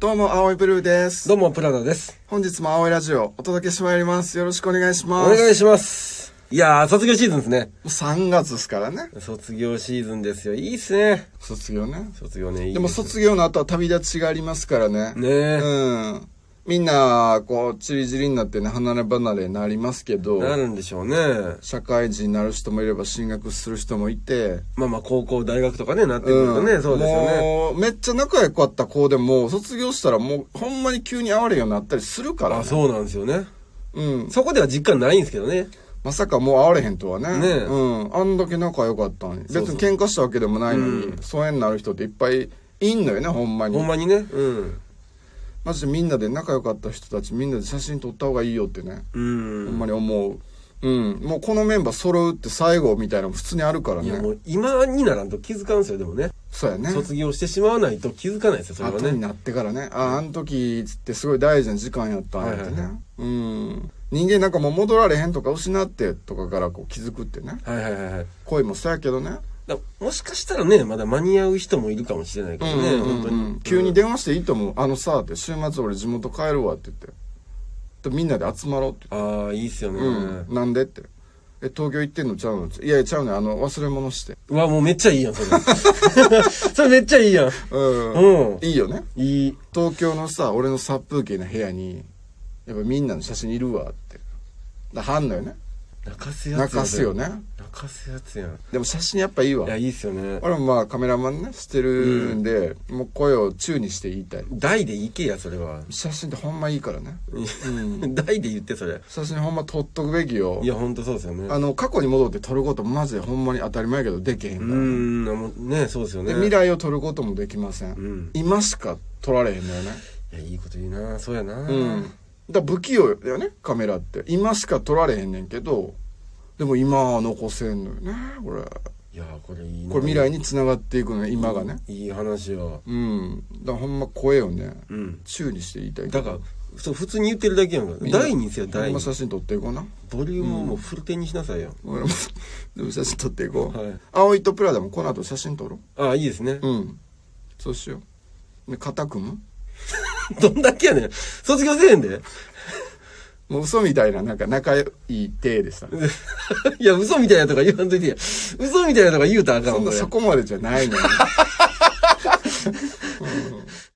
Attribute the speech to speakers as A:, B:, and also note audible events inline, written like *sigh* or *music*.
A: どうも、青いブルーです。
B: どうも、プラダです。
A: 本日も青いラジオお届けしてまいります。よろしくお願いし
B: お
A: ます。も
B: 願いします。いやー、卒業シーズンですね。
A: う3月ですからね。
B: 卒業シーズンですよ。いいっすね。
A: 卒業ね。
B: 卒業ね、いい
A: でも卒業の後は旅立ちがありますからね。
B: ねえ
A: うん。みんな、こう、チり散りになってね、離れ離れになりますけど、
B: なるんでしょうね。
A: 社会人になる人もいれば進学する人もいて、
B: まあまあ、高校、大学とかね、なってくるとね、そうですよね。
A: もう、めっちゃ仲良かった子でも、卒業したらもう、ほんまに急に会われるようになったりするから、
B: あ、
A: ね。
B: そうなんですよね。
A: うん。
B: そこでは実感ないんですけどね。
A: まさかもう会われへんとはね。
B: ねえ
A: うん。あんだけ仲良かったのに。別
B: う
A: に喧嘩したわけでもないのに、疎遠になる人っていっぱいいんのよね、ほんまに。
B: ほんまにね。うん。
A: マジでみんなで仲良かった人たち、みんなで写真撮った方がいいよってね。ほ
B: う
A: ん
B: ん。
A: まに思う。うん。もうこのメンバー揃うって最後みたいなのも普通にあるから
B: いや、も
A: ね。
B: う今にならんと気づかんすよ、でもね。
A: そうやね。
B: 卒業してしまわないと気づかないですよ、それは
A: 後に
B: ね。
A: なってからね。あ、あの時つってすごい大事な時間やったんやって
B: はいはいは
A: ね。うん。人間なんかもう戻られへんとか失ってとかからこう気づくってね。
B: はいはいはいはい。
A: 恋もそうやけどね。
B: だもしかしたらね、まだ間に合う人もいるかもしれないけどね、本当に。
A: 急に電話していいと思うあのさって週末俺地元帰るわって言ってでみんなで集まろうって
B: ああ、いいっすよね。
A: 言って、うん、なんでってえ東京行ってんのちゃうのいやいやちゃうねんあの忘れ物して
B: うわ、もうめっちゃいいやん、それ。 *laughs* それめっちゃいいやん。
A: うん、
B: うん
A: いいよね
B: いい。
A: 東京のさ俺の殺風景の部屋にやっぱみんなの写真いるわってだはんのよね
B: 泣かすや
A: 泣
B: つやん
A: かすよ。ね
B: 泣かすやつやん。い
A: でも写真やっぱいいわ
B: や、いいっすよね。
A: 俺もまあカメラマンねしてるんで、もう声を宙にして言いたい
B: 大でいけや、それは。
A: 写真ってほんまいいからね
B: *laughs* 大で言って、それ。
A: 写真ほんま撮っとくべきよ
B: いや、ほんとそうですよね。
A: あの、過去に戻って撮ることもマジでほんまに当たり前やけどできへんか
B: う
A: ら、
B: ん、もうね、そうですよ
A: で
B: ね。
A: 未来を撮ることもできません。
B: うん
A: 今しか撮られへんのよね。
B: いや、いいこと言うな。そうやな。
A: うん。だから不器用だよね、カメラって。今しか撮られへんねんけど、でも今は残せんのよね、これ。
B: いや、これいいな。
A: これ未来に繋がっていくのよ、今がね。
B: いい話よ。
A: うん。だからほんま声をね、
B: うん。
A: 宙にして言いたい
B: だ
A: ら、
B: から、そう、普通に言ってるだけやんか。大にせよ、
A: ほ
B: 大
A: んま
B: に。
A: 写真撮っていこうな。
B: ボリュームをもうフル手にしなさいよ。
A: 俺も、でも写真撮っていこう。
B: はい
A: 葵とプラダもこの後写真撮ろう。
B: ああ、いいですね。 *laughs*
A: うん。そうしよう。で、肩組む
B: どんだけやねん。卒業せえへんで。
A: もう嘘みたいな、なんか仲いい体でした。
B: *laughs* いや、嘘みたいなとか言わんといてや。嘘みたいなとか言うたらあかん
A: そん
B: わ
A: な
B: これ
A: そこまでじゃないのよ。